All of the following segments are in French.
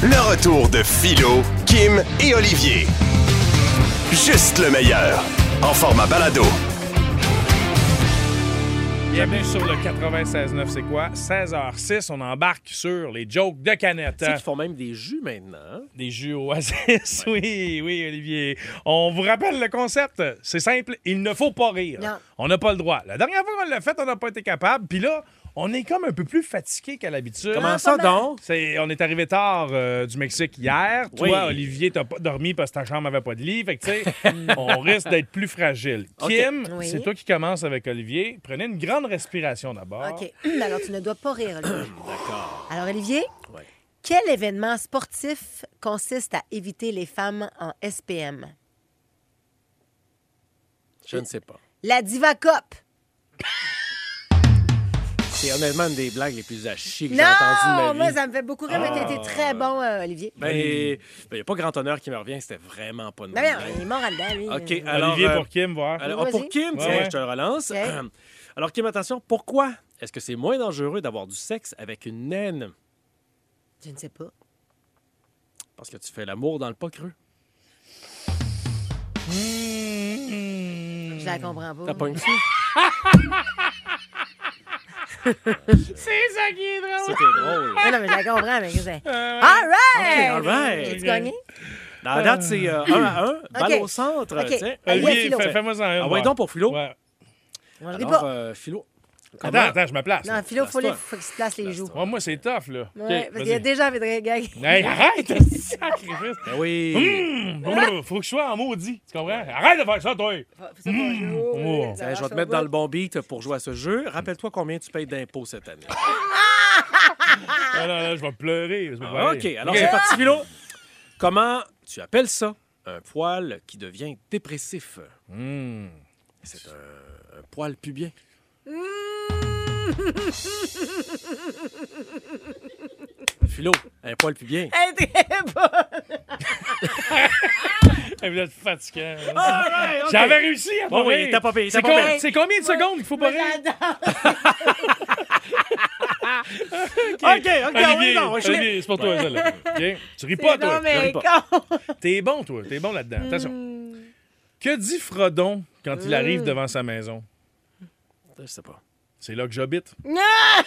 Le retour de Philo, Kim et Olivier. Juste le meilleur. En format balado. Bienvenue sur le 96.9, c'est quoi? 16h06, on embarque sur les jokes de canette. Tu sais qu'ils font même des jus maintenant. hein? Des jus oasis, oui, oui, Olivier. On vous rappelle le concept, c'est simple, il ne faut pas rire. Non. On n'a pas le droit. La dernière fois qu'on l'a fait, on n'a pas été capable. Puis là, on est comme un peu plus fatigué qu'à l'habitude. Comment ça pas mal. donc? C'est- on est arrivé tard euh, du Mexique hier. Oui. Toi, Olivier, t'as pas dormi parce que ta chambre avait pas de lit. Fait que, tu sais, on risque d'être plus fragile. OK. Kim, Oui. c'est toi qui commences avec Olivier. Prenez une grande respiration d'abord. OK. Alors, tu ne dois pas rire, Olivier. D'accord. Alors, Olivier, Ouais. quel événement sportif consiste à éviter les femmes en SPM? Je ne sais pas. La Diva Cup. C'est honnêtement une des blagues les plus à chier que j'ai Non, entendues de ma moi, vie. Ah. ça me fait beaucoup rire, mais t'as été très bon, euh, Olivier. Ben, il n'y a pas grand honneur qui me revient. C'était vraiment pas de Ben, bonne non, blague. il est mort là-dedans, lui. OK, alors... Olivier euh, pour Kim, voir. alors, Oui, ah, pour vas-y. Kim, Ouais, tiens, ouais. je te le relance. Ok. Alors, Kim, attention, pourquoi est-ce que c'est moins dangereux d'avoir du sexe avec une naine? Je ne sais pas. Parce que tu fais l'amour dans le pas creux. Je la comprends pas. T'as pas une C'est ça qui est drôle. C'était drôle. Non, non, mais je la comprends, mais c'est... All right! Euh, OK, all right. As-tu gagné? Dans la Euh. date, c'est 1 à 1. Balle OK. au centre. OK. tiens. Allez, à Ah, Olivier, Philo. fais- fais-moi ça un. Ah ouais, voir. donc pour Philo. Ouais. On rit Alors, pas. euh, Philo, Attends, attends, je me place. Non, Philo, il faut, les- place-toi. faut qu'il se place les joues. Ouais, moi, c'est tough, là. Ok, Ouais, parce qu'il y a vas-y. déjà envie de gagner. Hey, arrête! Sacrifice! Ben Mmh. oui. Brr, Faut que je sois en maudit, tu comprends? Arrête de faire ça, toi! Oh. Tiens, Mmh. Eh, Ah, je vais te mettre dans le bon beat pour jouer à ce jeu. Rappelle-toi combien tu payes d'impôts cette année. Ah, non, non, je vais pleurer. je vais Ah, OK, pleurer. alors c'est parti, Philo. Comment tu appelles ça? Un poil qui devient dépressif. Hmm. C'est un, un poil pubien. Philo, un poil pubien. Hey, t'es pas... Eh, Vous êtes fatiguant. Alright, OK. J'avais réussi à pas Bon, oui, rire. t'as pas payé, C'est t'as pas com- payé. C'est combien de secondes qu'il faut pas rire? J'adore. OK, OK, Ah Olivier, on va jouer. Olivier, c'est pour toi, ça, là. OK? Tu ris pas, toi. Non, mais ris pas. con. T'es bon, toi. T'es bon là-dedans. Attention. Hmm. Que dit Frodon quand il arrive devant sa maison? Je sais pas. C'est là que j'habite. Ah!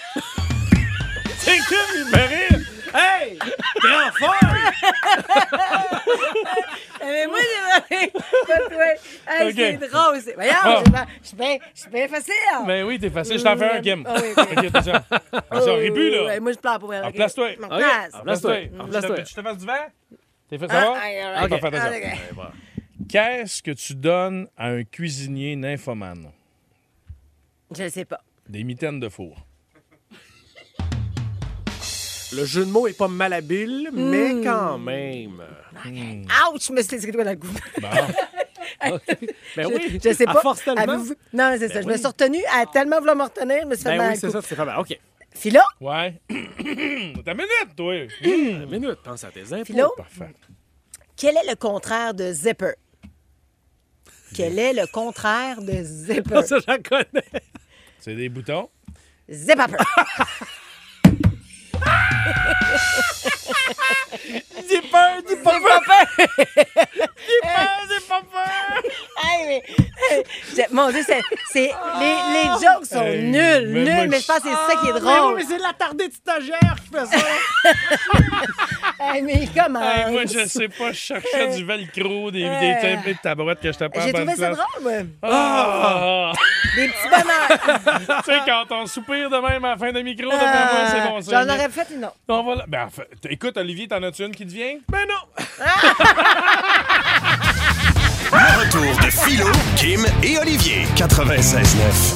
C'est Kim, il me rire. Hey! Grand fort! Eh, Mais moi, j'ai pas toi. Hey, Ok. C'est drôle. c'est- Voyons, Ah. j'ai pas- je suis bien- je suis bien facile. Ben oui, t'es facile. Je t'en fais un, Kim. Ah oui, OK, attention. Attention, ris plus, là. Ouais, moi, je pleure pour elle. Ah, ok. place-toi. Je me Ok, place. ah, Place-toi. Je Place-toi. te- Place-toi. Tu te fasses du vent? T'es fait Ah, savoir? ah, ah, Ah, ah, parfait, attention. ah, ok. Qu'est-ce que tu donnes à un cuisinier nymphomane? Je le sais pas. Des mitaines de four. Le jeu de mots est pas malhabile, Hmm. mais quand même. Hmm. Ouch, je me suis laissé quoi dans le cou. Bon. Ben oui, Je sais à pas. force tellement. Ben Avez-vous- Non, mais c'est ça. Je me oui. suis retenue à tellement vouloir me retenir, je me suis fait Ben mal oui, dans c'est le cou. ça, Oh, c'est pas mal. OK. Philo, Ouais. Ta minute, toi. Une minute, pense à tes impôts. Philo, Parfait. quel est le contraire de zipper? Quel est le contraire de zipper? Ça, j'en connais. C'est des boutons. Zipper. Dis peur, dis peur. Hey, mais, Ah. hey, je- mon Dieu, c'est, c'est- les, les jokes sont Hey, nuls, mais nuls, moi, mais je- je pense que c'est ça qui est Mais oui, drôle. mais c'est l'attardé de stagiaire qui fait ça. Hey, mais comment? Hey, moi, je sais pas, je cherchais du velcro, des, des Euh. timbres et de tabarouette que je tapais en J'ai bonne trouvé ça place. drôle, moi. Ah! Des petits bonheurs. tu sais, quand on soupire de même à la fin de micro, d'après ben, moi, c'est bon. Euh, ça. J'en aurais fait une autre. On va là- Ben, en fait, t- écoute, Olivier, t'en as-tu une qui te vient? Ben non. Le retour de Philo, Kim et Olivier. 96.9.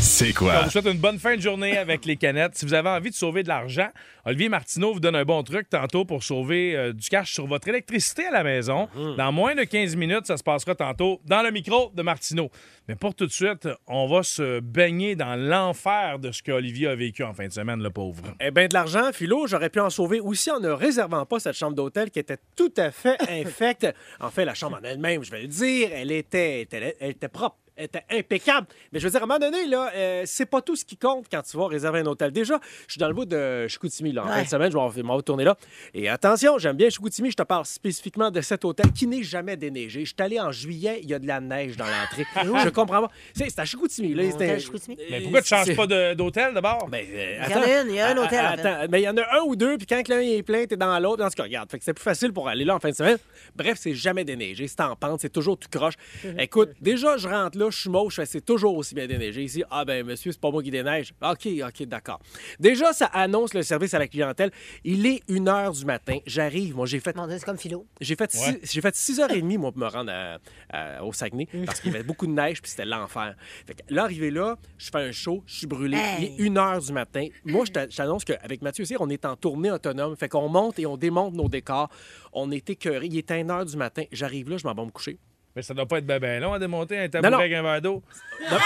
C'est On quoi? vous souhaite une bonne fin de journée avec les canettes. Si vous avez envie de sauver de l'argent, Olivier Martineau vous donne un bon truc tantôt pour sauver euh, du cash sur votre électricité à la maison. Mm. Dans moins de 15 minutes, ça se passera tantôt dans le micro de Martineau. Mais pour tout de suite, on va se baigner dans l'enfer de ce que Olivier a vécu en fin de semaine, le pauvre. Eh ben de l'argent, Philo, j'aurais pu en sauver aussi en ne réservant pas cette chambre d'hôtel qui était tout à fait infecte. En fait, la chambre en elle-même, je vais le dire, elle était, elle, était- elle était propre. était impeccable. Mais je veux dire, à un moment donné, là, euh, c'est pas tout ce qui compte quand tu vas réserver un hôtel. Déjà, je suis dans le bout de Chicoutimi, là. En Ouais. fin de semaine, je m'en vais m'en vais tourner là. Et attention, j'aime bien Chicoutimi. Je te parle spécifiquement de cet hôtel qui n'est jamais déneigé. Je suis allé en juillet, il y a de la neige dans l'entrée. je comprends pas. C'est c'est à Chicoutimi, là. Mon c'était- hôtel Chicoutimi. Mais pourquoi tu changes C'est- pas de- d'hôtel d'abord? ben, euh, Il y en a une, il y a un Ah, hôtel, ah, en fait. Attends, mais il y en a un ou deux, puis quand l'un est plein, t'es dans l'autre. Dans ce cas, regarde, fait que c'est plus facile pour aller là en fin de semaine. Bref, c'est jamais déneigé, c'est en pente, c'est toujours tout croche. Mhm. Écoute, déjà, je rentre là, je suis moche, je fais, c'est toujours aussi bien déneigé ici. Ah ben, monsieur, c'est pas moi qui déneige. OK, OK, d'accord. Déjà, ça annonce le service à la clientèle. Il est 1 h du matin. J'arrive, moi, j'ai fait Mon Dieu, c'est comme Philo. j'ai fait, six- Ouais. j'ai fait 6h30, moi, pour me rendre à- à- au Saguenay, parce qu'il y avait beaucoup de neige, puis c'était l'enfer. Fait que là, arrivé là, je fais un show, je suis brûlé. Hey. Il est 1h du matin. Moi, je t'a- je t'annonce qu'avec Mathieu Cyr, on est en tournée autonome. Fait qu'on monte et on démonte nos décors. On est écœuré. Il est 1h du matin. J'arrive là, je m'en vais me coucher. Mais ça doit pas être ben, ben long à démonter un Non, tabouret non. avec un verre d'eau. Ben,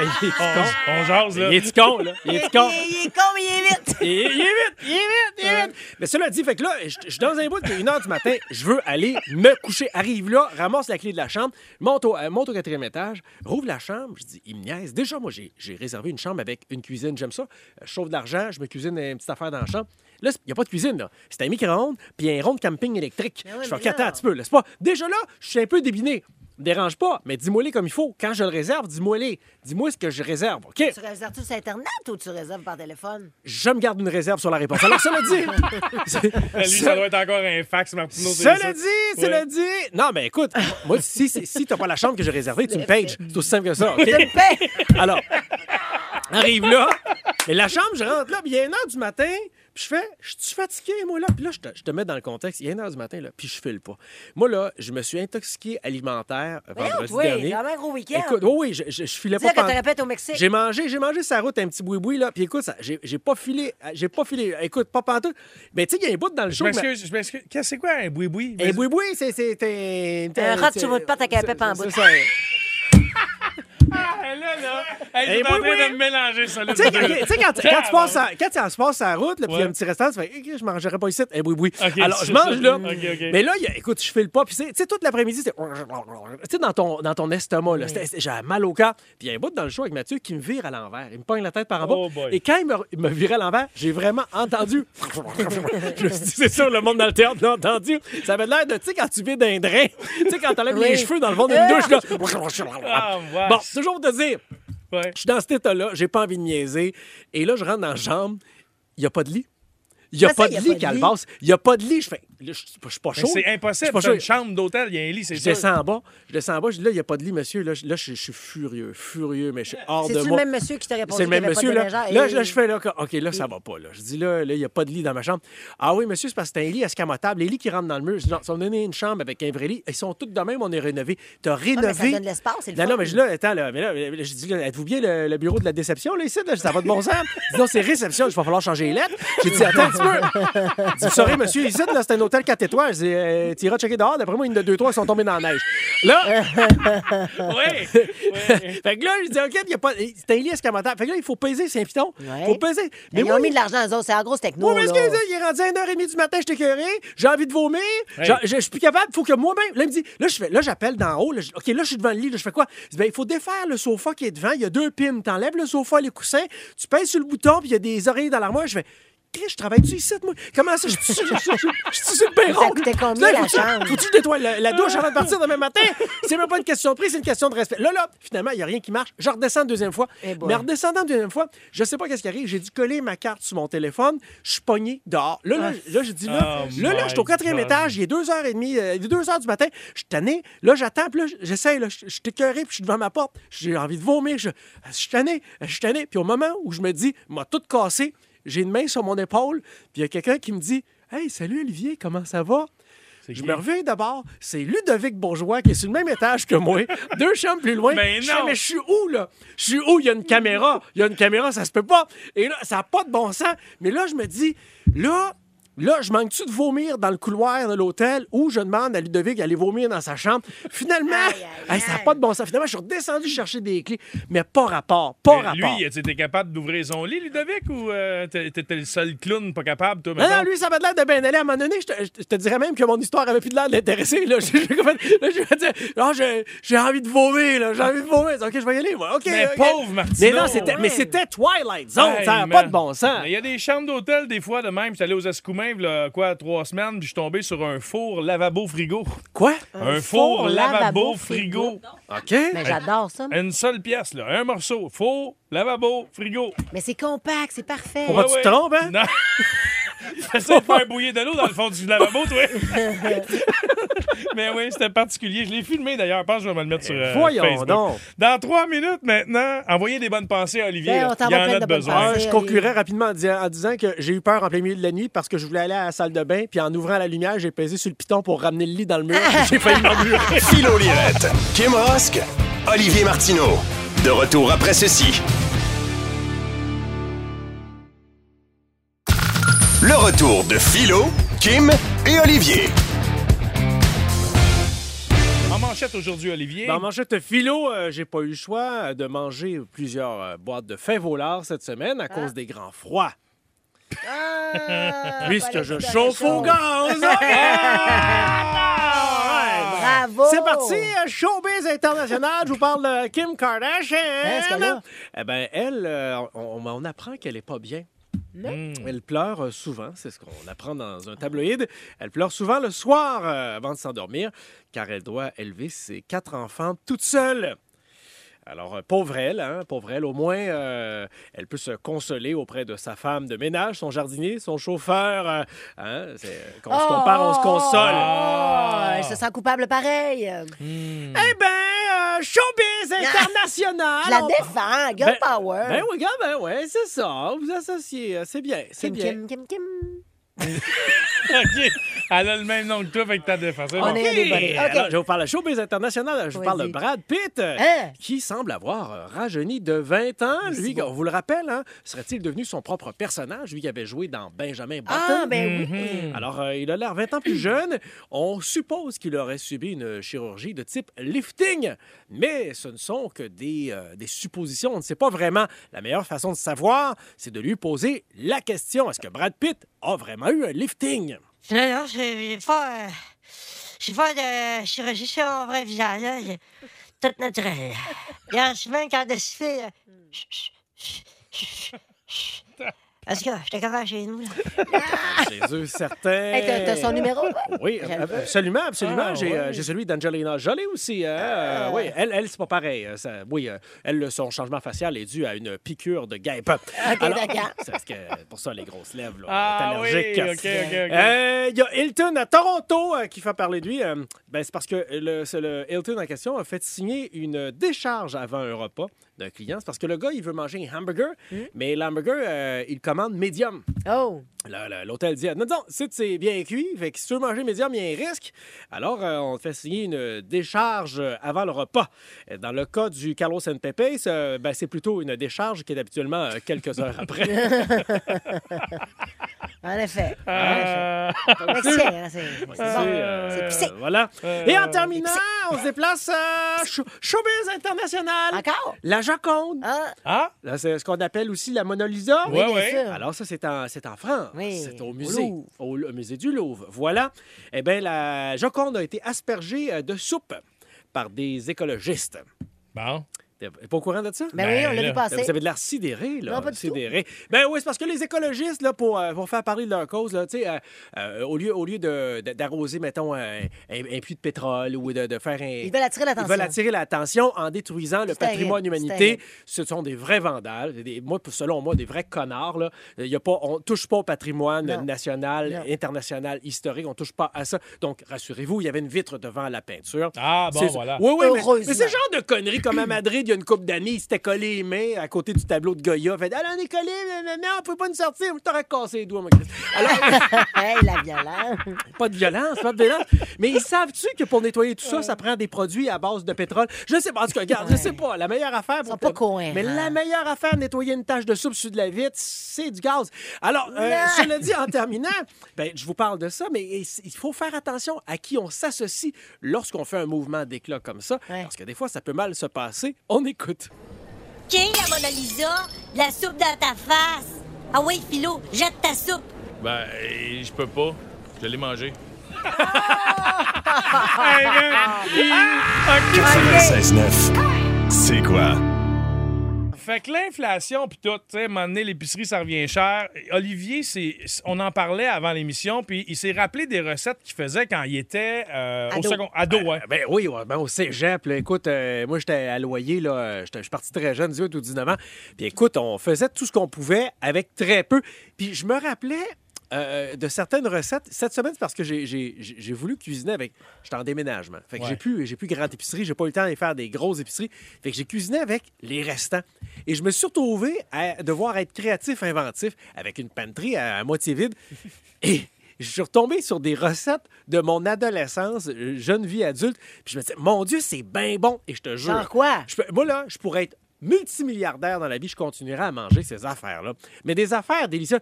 Mais il est On, con. on jase, là. Il est con, là. Il est con. Il est con, mais il est vite. Il, il est vite, il est vite, il est vite. Mais cela dit, fait que là, je je suis dans un bout de 1h du matin, je veux aller me coucher. Arrive là, ramasse la clé de la chambre, monte au, euh, monte au quatrième étage, rouvre la chambre, je dis, il me niaise. Déjà, moi, j'ai j'ai réservé une chambre avec une cuisine, j'aime ça. Euh, Je sauve de l'argent, je me cuisine une petite affaire dans la chambre. Là, il n'y a pas de cuisine, là. C'est un micro-ondes, puis un rond de camping électrique. Mais oui, je mais fais, là- attends, un petit peu, là. C'est pas... Déjà là, je suis un peu débiné. Me dérange pas, mais dis-moi-les comme il faut. Quand je le réserve, dis-moi-les. Dis-moi ce que je réserve, OK? Tu réserves-tu sur Internet ou tu réserves par téléphone? je me garde une réserve sur la réponse. Alors, cela dit, Lui, ça doit être encore un fax, Martino. c'est cela ça. dit, cela Ouais. dit, non, mais écoute, moi, si, si, si t'as pas la chambre que j'ai réservée, tu me pages. C'est aussi simple que ça. OK? Je le paye. Alors, arrive là, et la chambre, je rentre là, puis il est 1 h du matin, puis je fais, je suis fatigué, moi, là. Puis là, je te, je te mets dans le contexte, il est 1 h du matin, là, puis je file pas. Moi, là, je me suis intoxiqué alimentaire euh, Voyons, vendredi toi, dernier. vraiment un gros week-end. Écoute, oh oui, oui, je, je, je filais Tu sais pas. que pendant- tu répètes au Mexique. j'ai mangé, j'ai mangé sa route un petit boui-boui, là. Puis écoute, ça- j'ai j'ai pas filé, j'ai pas filé. Écoute, pas pantoute. Mais tu sais, il y a un bout dans le Je show. mais- m'excuse, je m'excuse. Qu'est-ce que c'est quoi un boui-boui? Un boui-boui, Eh c'est- c'est un. Un rot sur votre patte avec un pep en bout. C'est ça. Ah, là, là. Hey, Eh, j'étais en oui, train oui. de me mélanger, ça. là. Tu sais, quand, tu sais, quand- quand tu passes à- quand ça se passe à la route, là, puis il y a Ouais. un petit restaurant, tu fais, Eh, je mangerai pas ici, un boui-boui. Ok, Alors, c'est je mange ça. là. Ok, ok. Mais là, il y a- écoute, je file pas. Puis, c'est- tu sais, toute l'après-midi, c'est. Tu sais, dans ton, dans ton estomac, là. c'était- c'était- J'avais mal au cœur. Puis, il y a un bout dans le show avec Mathieu qui me vire à l'envers. Il me pogne la tête par en bas. Oh boy. Et quand il me, il me virait à l'envers, j'ai vraiment entendu. je me suis dit, c'est sûr, le monde dans le théâtre l'a entendu. Ça avait l'air de, tu sais, quand tu vis d'un drain, tu sais, quand t'enlèves Oui. les cheveux dans le fond d'une douche, là. Ah, ouais. Bon, toujours pour te dire, Ouais. je suis dans cet état-là, j'ai pas envie de niaiser. Et là, je rentre dans la chambre, il n'y a pas de lit. Il n'y a, Mais ça, pas y de a lit, pas de lit. Calvas. Il n'y a pas de lit. Je fais, là, je suis pas je suis pas Mais chaud. Ben, C'est Je suis impossible. pas C'est chaud. une chambre d'hôtel, il y a un lit, c'est Je sûr. descends en bas. Je descends en bas. Je dis, là, il n'y a pas de lit, monsieur. Là, je, là, je- je suis furieux, furieux, mais je suis hors de C'est-tu le moi. même monsieur qui t'a répondu C'est le même monsieur, là. Là, Là, là, je fais, là, que- OK, là, ça va pas, là. Je dis, là, là, il n'y a pas de lit dans ma chambre. Ah oui, monsieur, c'est parce que c'est un lit escamotable. Les lits qui rentrent dans le mur, je dis, non, ils ont donné une chambre avec un vrai lit. Ils sont tous de même, on est rénové. T'as ça rénové. donne de l'espace, c'est le Non, non, fun. mais je là, attends, là, mais là, là, je dis, là, êtes-vous bien le, le bureau de la déception, là, ici, là? Ça va de bon sens. Je dis, non, c'est réception, il va falloir changer les lettres. J'ai dit, attends un petit peu. Je dis, vous saurez, monsieur, ici, là, c'est un hôtel 4 étoiles. Je dis, euh, t'iras checker dehors. D'après moi, une de 2 3 ils sont tombés dans la neige. Là, Ouais. fait que là, je dis, OK, il y a pas. C'est un lit escamotable. Fait que là, il faut peser, c'est un piton. Ouais. faut peser. Mais ils moi, ont mis de l'argent aux autres. C'est en grosse techno. moi, mais là. excusez, il est rendu à 1h30 du matin, je suis écœuré, j'ai envie de vomir, Hey. j'en- je je suis plus capable, faut que moi-même. Là, il me dit, là, je fais, là, j'appelle d'en haut, là, je- OK, là, je suis devant le lit, là, je fais quoi? Il dit, ben, il faut défaire le sofa qui est devant, il y a deux pins, t'enlèves le sofa, les coussins, tu pèses sur le bouton, puis il y a des oreilles dans l'armoire, je fais. Chris, Je travaille-tu ici, moi? Comment ça? Je suis je- je- je- je suis sur le perron. Ça coûtait combien, Putain, la faut-tu- chambre? Faut-tu que je nettoie la, la douche avant de partir demain matin? C'est même pas une question de prix, c'est une question de respect. Là, là, finalement, il n'y a rien qui marche. Je redescends une deuxième fois. Eh boy. Mais en redescendant une deuxième fois, je sais pas qu'est-ce qui arrive. J'ai dû coller ma carte sur mon téléphone. Je suis pogné dehors. Là, là, Ah. là j'ai dit là, Oh là, là, je suis au my quatrième God. étage. Il est 2h30, euh, il est 2h du matin. Je suis tanné. Là, j'attends. Puis là, j'essaie. là, Je je suis écœuré. Puis je suis devant ma porte. J'ai envie de vomir. Je je suis tanné. Je suis tanné. Puis au moment où je me dis, m'a tout cassé, j'ai une main sur mon épaule. Puis il y a quelqu'un qui me dit Hey, salut Olivier, comment ça va? Je qui? me reviens d'abord, c'est Ludovic Bourgeois qui est sur le même étage que moi, deux chambres plus loin. Mais Je fais, non! mais je suis où, là? Je suis où? Il y a une caméra. Il y a une caméra, ça se peut pas. Et là, ça n'a pas de bon sens. Mais là, je me dis, là, Là, je manque-tu de vomir dans le couloir de l'hôtel ou je demande à Ludovic d'aller vomir dans sa chambre? Finalement, Aïe, aïe, hey, ça n'a aïe. pas de bon sens. Finalement, je suis redescendu chercher des clés, mais pas rapport, Mais pas rapport. Euh, Lui, était capable d'ouvrir son lit, Ludovic, ou euh, t'es- t'étais le seul clown pas capable, toi, Non, mettons? non, lui, ça avait l'air de bien aller. À un moment donné, je te, je te dirais même que mon histoire avait plus de l'air de l'intéresser. Là, J'ai- j'ai comme fait- là, je vais dire, là, j'ai- j'ai envie de vomir, là, j'ai envie de vomir. OK, je vais y aller, moi. OK, Mais OK. pauvre Martineau! Mais non, c'était, Ouais. mais c'était Twilight Zone, Hey, ça n'a man. pas de bon sens. Mais Il y a des chambres d'hôtel, des fois, de même. J'étais allé aux Escoumins, là, quoi, trois semaines, puis je suis tombé sur un four lavabo-frigo. Quoi? Un, four four lavabo-frigo. lavabo-frigo. OK. Mais j'adore ça. Une seule pièce, là. Un morceau. Four, lavabo, frigo. Mais c'est compact, c'est parfait. Pourquoi tu te trompes, hein? Non! J'essaie de faire bouillir de l'eau dans le fond du lavabo, toi! Mais oui, c'était particulier. Je l'ai filmé d'ailleurs. Je pense que je vais me le mettre sur euh, voyons Facebook. donc. Dans trois minutes maintenant, envoyez des bonnes pensées à Olivier. Ben, là. on t'en Il y va en plein a de bonnes besoin. je pensées. allez. conclurai rapidement en, disant- en disant que j'ai eu peur en plein milieu de la nuit parce que je voulais aller à la salle de bain, puis en ouvrant la lumière, j'ai pesé sur le piton pour ramener le lit dans le mur. j'ai failli m'endurer. Philo Lirette, Kim Rosk, Olivier Martineau. De retour après ceci. Le retour de Philo, Kim et Olivier. En manchette aujourd'hui, Olivier. Dans Manchette Philo, euh, j'ai pas eu le choix de manger plusieurs euh, boîtes de fins volard cette semaine à cause des grands froids. Ah, Puisque fallait je que tu chauffe au réchauffes. gaz! Ah! Bravo! C'est parti, euh, showbiz international. Je vous parle de Kim Kardashian. Hein, ce gars-là? Eh ben, elle, euh, on, on apprend qu'elle est pas bien. Elle pleure euh, souvent, c'est ce qu'on apprend dans un tabloïd. Elle pleure souvent le soir euh, avant de s'endormir, car elle doit élever ses quatre enfants toute seule. Alors, euh, pauvre elle, hein, pauvre elle, au moins, euh, elle peut se consoler auprès de sa femme de ménage, son jardinier, son chauffeur. euh, hein, c'est- quand on se Oh, compare, on se oh, console. Ah! oh, elle se sent coupable pareil. Eh bien, showbiz international! Je la on- défends, girl Ben- power. Ben oui, gars, ben ouais, c'est ça. Vous associez, euh, c'est bien, c'est Kim, bien. Kim, Kim, Kim. OK. Elle a le même nom que toi, fait que t'as défendu. On est des Et bonnes. alors, OK. je vais vous parle de showbiz international. Je vous parle de Vas-y. Brad Pitt, euh, Hein? qui semble avoir euh, rajeuni de 20 ans. Lui, on vous le rappelle, hein, serait-il devenu son propre personnage, lui qui avait joué dans Benjamin Button? Ah, ben oui. Mm-hmm. Alors, euh, il a l'air 20 ans plus jeune. On suppose qu'il aurait subi une chirurgie de type lifting, mais ce ne sont que des, euh, des suppositions. On ne sait pas vraiment. La meilleure façon de savoir, c'est de lui poser la question. Est-ce que Brad Pitt a vraiment eu un lifting? Là, non, j'ai j'ai pas. euh, j'ai pas de chirurgie sur mon vrai visage, là. J'ai tout naturel. Il y a un semaine, quand je suis là, je- je- je- je- je- Est-ce que j'étais comment chez nous, là? C'est eux certain. Hey, t'as- t'as son numéro? ouais? Oui, J'aime ab- absolument, absolument. Ah, j'ai euh, ouais. Ah. j'ai celui d'Angelina Jolie aussi. hein. Euh, oui, elle, elle c'est pas pareil. Euh, ça- oui, euh, elle, son changement facial est dû à une piqûre de guêpe. Alors, d'accord. c'est parce que pour ça, les grosses lèvres, là, Ah on est oui, allergique. OK, OK, OK. Euh, Il y a Hilton à Toronto euh, qui fait parler de lui. Euh, ben, c'est parce que le, c'est le Hilton en question a fait signer une décharge avant un repas d'un client. C'est parce que le gars, il veut manger un hamburger, Hmm. mais l'hamburger, euh, il commande médium. Oh, Là, là, L'hôtel dit Non, non, si c'est bien cuit, fait que si tu veux manger médium, il y a un risque. Alors, euh, on te fait signer une décharge euh, avant le repas. Euh, Dans le cas du Carlos San Pepe, c'est euh, ben, c'est plutôt une décharge qui est habituellement euh, quelques heures après. en effet. Euh, Hein? En effet. C'est excellent, c'est- c'est C'est, bon. euh, C'est pissé. Euh, voilà. Et en terminant, on se déplace à Show- Showbiz International. Encore? La Joconde. Ah, Ah? Là, C'est ce qu'on appelle aussi la Mona Lisa. Ouais, bien ouais. sûr. Alors ça, c'est en, c'est en France. Oui, C'est au au musée. Louvre. Au, au musée du Louvre. Voilà. Eh bien, la Joconde a été aspergée euh, de soupe par des écologistes. Bon. T'es pas au courant de ça? Ben Ben, oui, on l'a là. vu passer. Vous avez de l'air sidéré, là. Non, pas du tout. sidéré. Ben oui, c'est parce que les écologistes, là, pour, euh, pour faire parler de leur cause, là, tu sais, euh, euh, au lieu, au lieu de- de- d'arroser, mettons, un, un- un puits de pétrole ou de, de faire un... Ils veulent attirer Ils veulent l'attention. attirer l'attention en détruisant le C'est terrible, patrimoine c'est humanité. terrible. Ce sont des vrais vandales. Des, moi, selon moi, des vrais connards. Là. Il Y a pas, on touche pas au patrimoine Non. national, Non. international, historique. On touche pas à ça. Donc, rassurez-vous, il y avait une vitre devant la peinture. Ah, bon, C'est- voilà. Oui, oui, mais- mais, Heureusement. c'est le genre de conneries comme à Madrid, il y a une couple d'années, il s'était collé les mains à côté du tableau de Goya. Fait Allez, on est collé, mais non, on peut pas nous sortir, je t'aurais cassé les doigts, mon Christ. Alors, hey, la violence. pas de violence, pas de violence. Mais ils savent-tu que pour nettoyer tout ça, ça prend des produits à base de pétrole? Je sais pas. En tout cas, regarde, je sais pas. La meilleure affaire pour. sont pas cohérents. Mais la meilleure affaire, nettoyer une tache de soupe sur de la vitre, c'est du gaz. Alors, euh, cela dit, en terminant, ben, je vous parle de ça, mais il faut faire attention à qui on s'associe lorsqu'on fait un mouvement d'éclat comme ça. Ouais. Parce que des fois, ça peut mal se passer. On écoute. OK, la Mona Lisa, la soupe dans ta face. Ah oui, Philo, jette ta soupe. Ben, euh, je peux pas. Je l'ai mangé. Hey, man, il- ok. 96.9. C'est quoi? Fait que l'inflation, puis tout, tu sais, à un moment donné, l'épicerie, ça revient cher. Olivier, c'est, c'est- on en parlait avant l'émission, puis il s'est rappelé des recettes qu'il faisait quand il était euh, au Ado. second. Ado, hein. Ben oui, ouais, ben au cégep, là, écoute, euh, moi j'étais à loyer, là, euh, j'étais- je suis parti très jeune, 18 ou 19 ans. Puis écoute, on faisait tout ce qu'on pouvait avec très peu. Puis je me rappelais euh, de certaines recettes. Cette semaine, c'est parce que j'ai- j'ai j'ai- j'ai voulu cuisiner avec... J'étais en déménagement. Fait que Ouais. j'ai plus, j'ai plus grande épicerie, j'ai pas eu le temps de faire des grosses épiceries. Fait que j'ai cuisiné avec les restants. Et je me suis retrouvé à devoir être créatif, inventif, avec une panterie à- à moitié vide. Et je suis retombé sur des recettes de mon adolescence, euh, jeune vie adulte. Puis je me disais, mon Dieu, c'est bien bon. Et je te jure. Genre quoi? je peux- moi, là, je pourrais être multimilliardaire dans la vie. Je continuerai à manger ces affaires-là. Mais des affaires délicieuses.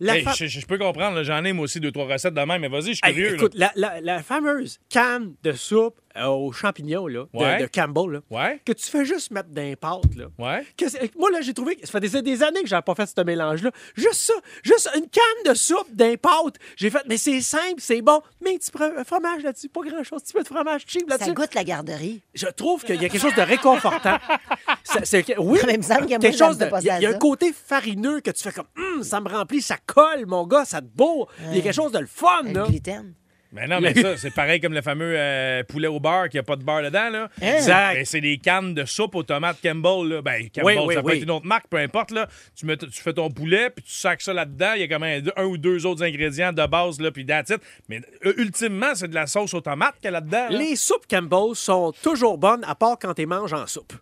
La Hey, fa- je, je- je peux comprendre, là, j'en ai moi aussi deux, trois recettes de même, mais vas-y, je suis Hey, curieux. là. écoute, la, la- la fameuse canne de soupe euh, aux champignons là, de- Ouais. de, Campbell, là, Ouais. que tu fais juste mettre dans les pâtes. Là. Ouais. Que c'est- moi, là, j'ai trouvé que ça fait des, des années que j'avais pas fait ce mélange-là. Juste ça, juste une canne de soupe d'un pâte. J'ai fait, mais c'est simple, c'est bon. Mais tu prends un fromage là-dessus, pas grand-chose. Tu peu de fromage cheap Ça là-dessus. goûte la garderie. Je trouve qu'il y a quelque chose de réconfortant. Ça- c'est- oui, Mais il me semble que moi, quelque chose j'aime de- pas Il y a, ça, il y a ça. un côté farineux que tu fais comme, Hum, ça me remplit, ça colle, mon gars, ça te bourre. Il y a quelque chose de le fun, Le là. gluten. Mais non, mais ça, c'est pareil comme le fameux euh, poulet au beurre qui a pas de beurre dedans, là. Hein? Exact. Ben, c'est des cannes de soupe aux tomates Campbell, là. Ben, Campbell, Oui, oui, ça peut oui. être une autre marque, peu importe, là. Tu, mets t- tu fais ton poulet, puis tu sacs ça là-dedans. Il y a quand même un ou deux autres ingrédients de base, là, puis that's it. Mais euh, ultimement, c'est de la sauce aux tomates qu'il y a là-dedans. là. Les soupes Campbell sont toujours bonnes, à part quand tu manges en soupe.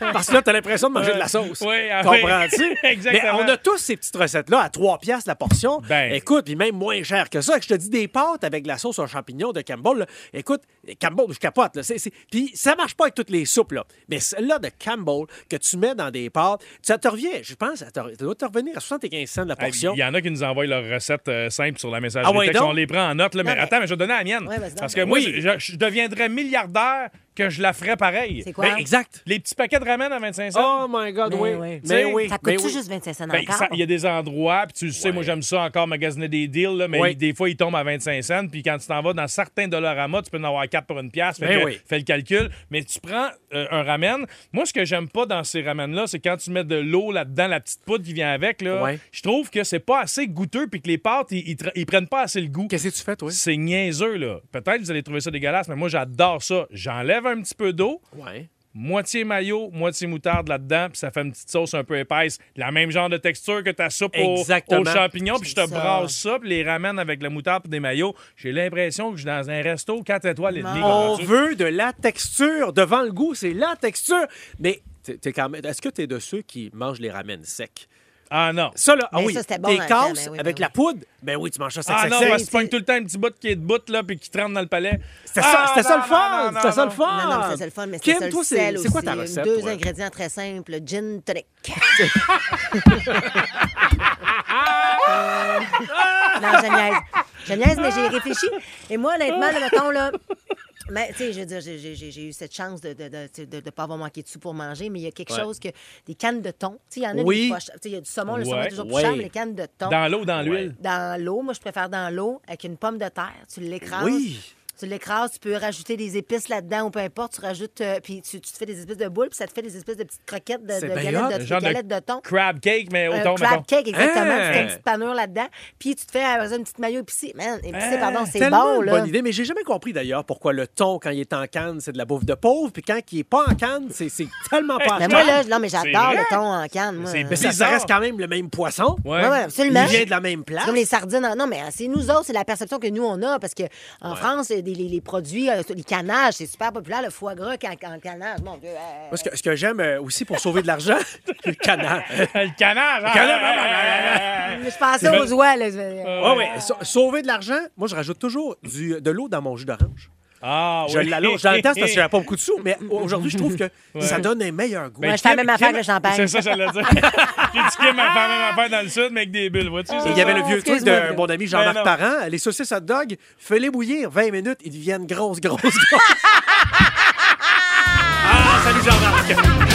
Parce que là, t'as l'impression de manger de la sauce. Oui, ah oui. Comprends-tu? Exactement. Mais on a tous ces petites recettes-là à 3 piastres la portion. Ben. Écoute, puis même moins cher que ça. Je te dis des pâtes avec de la sauce aux champignons de Campbell. là. Écoute, Campbell, je capote. Là. C'est- c'est- Puis ça marche pas avec toutes les soupes. là. Mais celle-là de Campbell que tu mets dans des pâtes, ça te revient, je pense, ça, te- ça doit te revenir à 75 cents la Hey, portion. Il y en a qui nous envoient leurs recettes euh, simples sur la messagerie Ah ouais, texte. donc? On les prend en note. là, mais, mais- attends, mais je vais donner la mienne. Ouais, vas-y donc. parce que moi, Oui. je, je deviendrais milliardaire que je la ferais pareil. C'est quoi? Ben, exact. Les petits paquets de ramen à 25 cents. Oh my God, Ben oui. oui. Mais Ça oui. Ça te mais coûte-tu oui. juste 25 cents Ben, encore? ça- Il y a des endroits, puis tu le sais, moi j'aime ça encore magasiner des deals, là, mais Ouais. il- des fois ils tombent à 25 cents, puis quand tu t'en vas dans certains dollaramas, tu peux en avoir 4 pour une pièce, fait Ben que- oui. fais le calcul, mais tu prends euh, un ramen. Moi ce que j'aime pas dans ces ramen-là, c'est quand tu mets de l'eau là-dedans, la petite poudre qui vient avec, là, Ouais. je trouve que c'est pas assez goûteux, puis que les pâtes, ils, ils tra- ils prennent pas assez le goût. Qu'est-ce que tu fais, toi? C'est niaiseux, là. Peut-être que vous allez trouver ça dégueulasse, mais moi j'adore ça. J'enlève un petit peu d'eau, Ouais. moitié mayo, moitié moutarde là-dedans, puis ça fait une petite sauce un peu épaisse, la même genre de texture que ta soupe au- Exactement. aux champignons, puis je te C'est ça. brasse ça, puis les ramène avec la moutarde et des maillots. J'ai l'impression que je suis dans un resto 4 étoiles et demi. On comprends-tu? veut de la texture devant le goût, c'est la texture. Mais t'es- t'es quand même- est-ce que tu es de ceux qui mangent les ramen secs? Ah non. Ça, là, ah Mais oui, ça, c'était bon tes dans le temps, casses ben oui, ben avec oui. la poudre, ben oui, tu manges ça sec, Ah sec, non, sec. parce que tu pognes tout le temps un petit bout qui est de bout, là, puis qui te rentre dans le palais. C'était ça, Ah, c'était non, ça le non, fun! non, C'était ça le non. fun! Non, non, c'est ça le fun, mais Kim, c'est ça toi, le c'est- sel C'est quoi aussi. ta recette? Deux toi? ingrédients très simples, gin tonic. Euh, Non, je niaise. Je niaise, mais j'ai réfléchi. Et moi, honnêtement, là, mettons, là... Mais, tu sais, je veux dire, j'ai- j'ai j'ai- j'ai eu cette chance de ne de, de- tu sais, de- de pas avoir manqué de sous pour manger, mais il y a quelque Ouais. chose que. Des cannes de thon. Tu sais, il y en a Oui. des fois. Tu sais, il y a du saumon, le Ouais. saumon est toujours plus Ouais. cher, mais les cannes de thon. Dans l'eau, dans l'huile. Dans l'eau, moi je préfère dans l'eau avec une pomme de terre. Tu l'écrases. Oui. Tu l'écrases, tu peux rajouter des épices là-dedans ou peu importe. Tu rajoutes, euh, puis tu, tu te fais des espèces de boules, puis ça te fait des espèces de petites croquettes de, C'est de bien hot. galettes, Un de, genre de galettes de thon. Crab cake, mais au Euh, Un thon, mettons. crab cake, exactement. Hein? Tu fais une petite panure là-dedans. Puis tu te fais euh, une petite maillot épicée. Man, épicée, pardon, c'est Hein? Tellement bon, une là. bonne idée, mais j'ai jamais compris d'ailleurs pourquoi le thon, quand il est en canne, c'est de la bouffe de pauvre, puis quand il est pas en canne, c'est c'est tellement pas Mais achetable. moi, là, non, mais j'adore vrai. le thon en canne. moi. C'est Euh, Mais ça, ça bizarre. reste quand même le même poisson. Ouais. Ouais, ouais, Il absolument. vient de la même place. C'est comme les sardines. en- Non, mais c'est nous autres, c'est la perception que nous, on a. Parce que en France, des- les, les produits, euh, les canages, c'est super populaire, le foie gras can- en canage. Mon Dieu. euh, Moi, ce que, ce que j'aime euh, aussi pour sauver de l'argent, le canard. le canard! hein? canard, je pensais aux oies. là, je- Ah ouais, sa- sauver de l'argent, moi, je rajoute toujours du, de l'eau dans mon jus d'orange. Ah, Je oui. l'allonge dans le temps c'est parce que j'avais pas beaucoup de sous, mais aujourd'hui, je trouve que ça donne un meilleur goût. Moi, je fais la même affaire que le champagne. C'est ça, j'allais dire. J'ai dit Kim a fait la même affaire dans le sud, mais avec des bulles, vois-tu? Et c'est il y avait ça? le vieux truc excuse-moi, là. de mon ami Jean-Marc Ben non. Parent, les saucisses hot dog, fais-les bouillir 20 minutes, ils deviennent grosses, grosses, grosses. ah, salut Jean-Marc!